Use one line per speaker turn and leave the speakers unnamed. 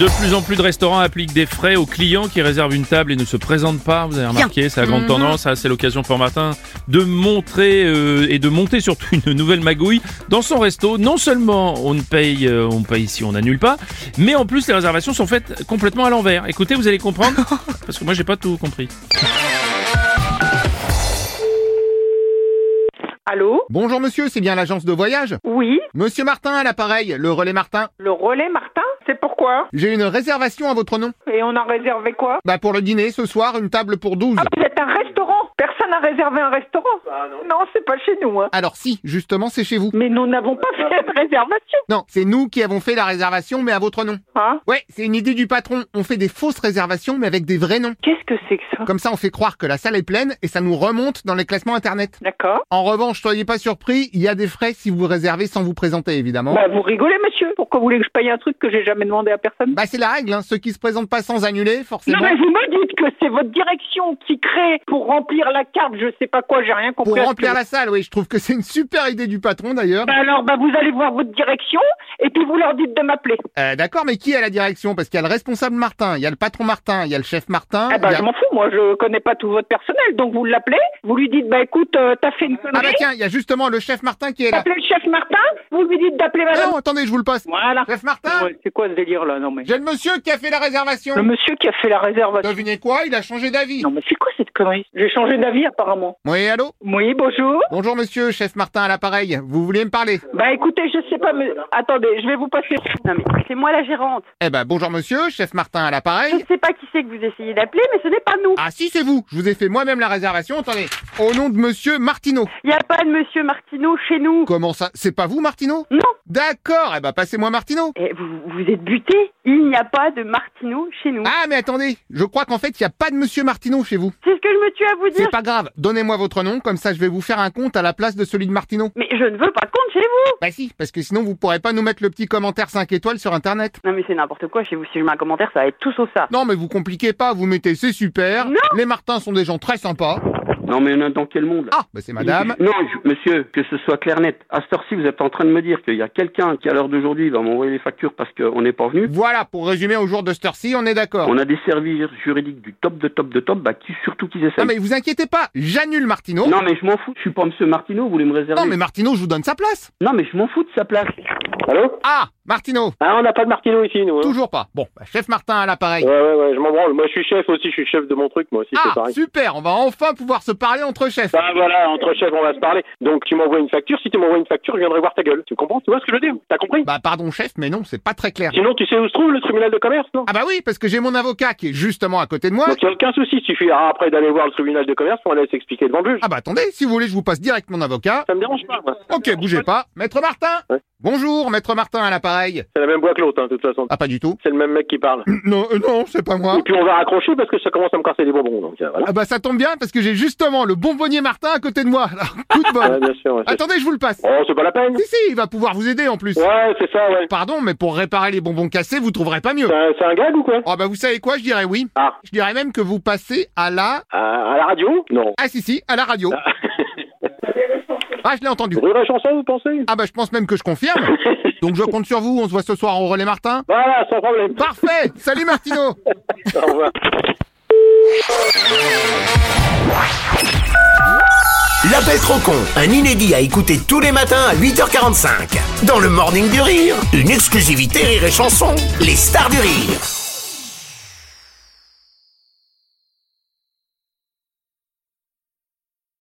De plus en plus de restaurants appliquent des frais aux clients qui réservent une table et ne se présentent pas. Vous avez remarqué, c'est la grande tendance. Ah, c'est l'occasion pour Martin de montrer euh, et de monter surtout une nouvelle magouille dans son resto. Non seulement on ne paye, euh, on paye si on n'annule pas, mais en plus les réservations sont faites complètement à l'envers. Écoutez, vous allez comprendre parce que moi j'ai pas tout compris.
Allô
Bonjour monsieur, c'est bien l'agence de voyage
Oui,
Monsieur Martin à l'appareil, le relais Martin.
le relais Martin C'est pourquoi
J'ai une réservation à votre nom.
Et on a réservé quoi
Bah pour le dîner ce soir, une table pour 12.
Ah, vous êtes un restaurant Personne n'a réservé un restaurant non. c'est pas chez nous. Hein.
Alors si, justement c'est chez vous.
Mais nous n'avons pas fait de réservation.
Non, c'est nous qui avons fait la réservation mais à votre nom.
Hein
Ouais, c'est une idée du patron. On fait des fausses réservations mais avec des vrais noms.
Qu'est-ce que c'est que ça
Comme ça on fait croire que la salle est pleine et ça nous remonte dans les classements internet.
D'accord.
En revanche, soyez pas surpris, il y a des frais si vous réservez sans vous présenter, évidemment.
Bah, vous rigolez, monsieur. Pourquoi vous voulez que je paye un truc que j'ai jamais demandé à personne
Bah, c'est la règle, hein. ceux qui se présentent pas sans annuler,
Non,
forcément.
mais vous me dites que c'est votre direction qui crée pour remplir la carte, je sais pas quoi, j'ai rien compris.
Pour
à ce
remplir
que-
la salle, oui, je trouve que c'est une super idée du patron, d'ailleurs.
Bah alors, bah, vous allez voir votre direction et puis vous leur dites de m'appeler.
Euh, D'accord, mais qui a la direction Parce qu'il y a le responsable Martin, il y a le patron Martin, il y a le chef Martin.
Ah bah,
il y a-
je m'en fous, moi, je connais pas tout votre personnel. Donc, vous l'appelez, vous lui dites, bah, écoute, euh, t'as fait une
Ah bah
connerie.
tiens, il y a justement le chef Martin qui est là.
Appelez le chef Martin, vous lui dites d'appeler
Ah
madame.
non, attendez, je vous le passe.
Voilà.
Chef Martin,
Ouais, c'est quoi ce délire là Non mais.
j'ai le monsieur qui a fait la réservation.
Le monsieur qui a fait la réservation.
Devinez quoi Il a changé d'avis.
Non mais c'est quoi cette connerie J'ai changé d'avis apparemment.
Oui, allô
Oui, bonjour.
Bonjour monsieur, chef Martin à l'appareil. Vous vouliez me parler
Bah écoutez, je sais pas, mais attendez, je vais vous passer.
Non mais c'est moi la gérante.
Eh ben bonjour monsieur, chef Martin à l'appareil.
Je ne sais pas qui c'est que vous essayez d'appeler, mais ce n'est pas nous.
Ah si, c'est vous. Je vous ai fait moi-même la réservation. Attendez. Au nom de monsieur Martineau.
Il n'y a pas de monsieur Martineau chez nous.
Comment ça C'est pas vous Martineau
Non.
D'accord. Eh ben passez-moi Martineau.
Eh, vous vous êtes buté. Il n'y a pas de Martineau chez nous.
Ah mais attendez, je crois qu'en fait, il n'y a pas de monsieur Martineau chez vous.
C'est ce que je me tue à vous dire.
C'est pas grave. Donnez-moi votre nom comme ça je vais vous faire un compte à la place de celui de Martineau.
Mais je ne veux pas de compte chez vous.
Bah si, parce que sinon vous pourrez pas nous mettre le petit commentaire 5 étoiles sur internet.
Non mais c'est n'importe quoi chez vous. Si je mets un commentaire, ça va être tout sauf ça.
Non mais vous compliquez pas, vous mettez c'est super.
Non.
Les Martins sont des gens très sympas.
Non, mais on est dans quel monde là
Ah, bah c'est madame.
Non, je- monsieur, que ce soit clair net. À cette heure-ci, vous êtes en train de me dire qu'il y a quelqu'un qui, à l'heure d'aujourd'hui, va m'envoyer les factures parce qu'on n'est pas venu.
Voilà, pour résumer au jour de cette heure-ci, on est d'accord.
On a des services juridiques du top, de top, de top, bah, qui, surtout qu'ils essayent.
Non mais vous inquiétez pas, j'annule Martineau.
Non, mais je m'en fous, je suis pas monsieur Martineau, vous voulez me réserver
Non, mais Martineau, je vous donne sa place.
Non, mais je m'en fous de sa place.
Allô
Ah, Martineau,
Ah, on n'a pas de Martino ici, nous. hein.
toujours pas. Bon, bah, chef Martin à l'appareil.
Ouais, ouais, ouais, je m'en branle. Moi, je suis chef aussi, je suis chef de mon truc, moi aussi, c'est
Ah,
pareil.
super, on va enfin pouvoir se parler entre chefs.
Bah voilà, entre chefs, on va se parler. Donc, tu m'envoies une facture. Si tu m'envoies une facture, je viendrai voir ta gueule. Tu comprends Tu vois ce que je veux dire T'as compris
Bah pardon chef, mais non, c'est pas très clair.
Sinon, tu sais où se trouve le tribunal de commerce, non
Ah bah oui, parce que j'ai mon avocat qui est justement à côté de moi.
Donc, il n'y a aucun souci. Il suffira après d'aller voir le tribunal de commerce pour aller s'expliquer devant le juge.
Ah bah attendez, si vous voulez, je vous passe direct mon avocat.
Ça me dérange pas, moi.
Ok, bougez pas. Maître Martin
Ah, Ouais.
Bonjour, Maître Martin à l'appareil.
C'est la même voix que l'autre, hein, de toute façon.
Ah pas du tout.
C'est le même mec qui parle.
Non, euh, non, c'est pas moi.
Et puis, on va raccrocher parce que ça commence à me casser les bonbons. Donc, euh, voilà.
Ah bah ça tombe bien parce que j'ai justement le bonbonnier Martin à côté de moi. Alors, coup de
Ouais,
bol.
bien sûr. ouais, c'est-
Attendez, je vous le passe.
Oh, c'est pas la peine.
Si si, il va pouvoir vous aider en plus.
Ouais, c'est ça, ouais.
Pardon, mais pour réparer les bonbons cassés, vous trouverez pas mieux.
C'est un, c'est un gag ou quoi
Oh bah vous savez quoi, je dirais oui.
Ah.
Je dirais même que vous passez à la...
à, à la radio Non.
Ah si si, à la radio. Ah je l'ai entendu.
Rire et chanson, vous pensez
Ah bah je pense même que je confirme. Donc je compte sur vous, on se voit ce soir au relais Martin.
Voilà, sans problème.
Parfait Salut Martino
Au revoir.
L'appel trop con, un inédit à écouter tous les matins à 8h45. Dans le Morning du Rire, une exclusivité Rire et Chanson, les stars du rire.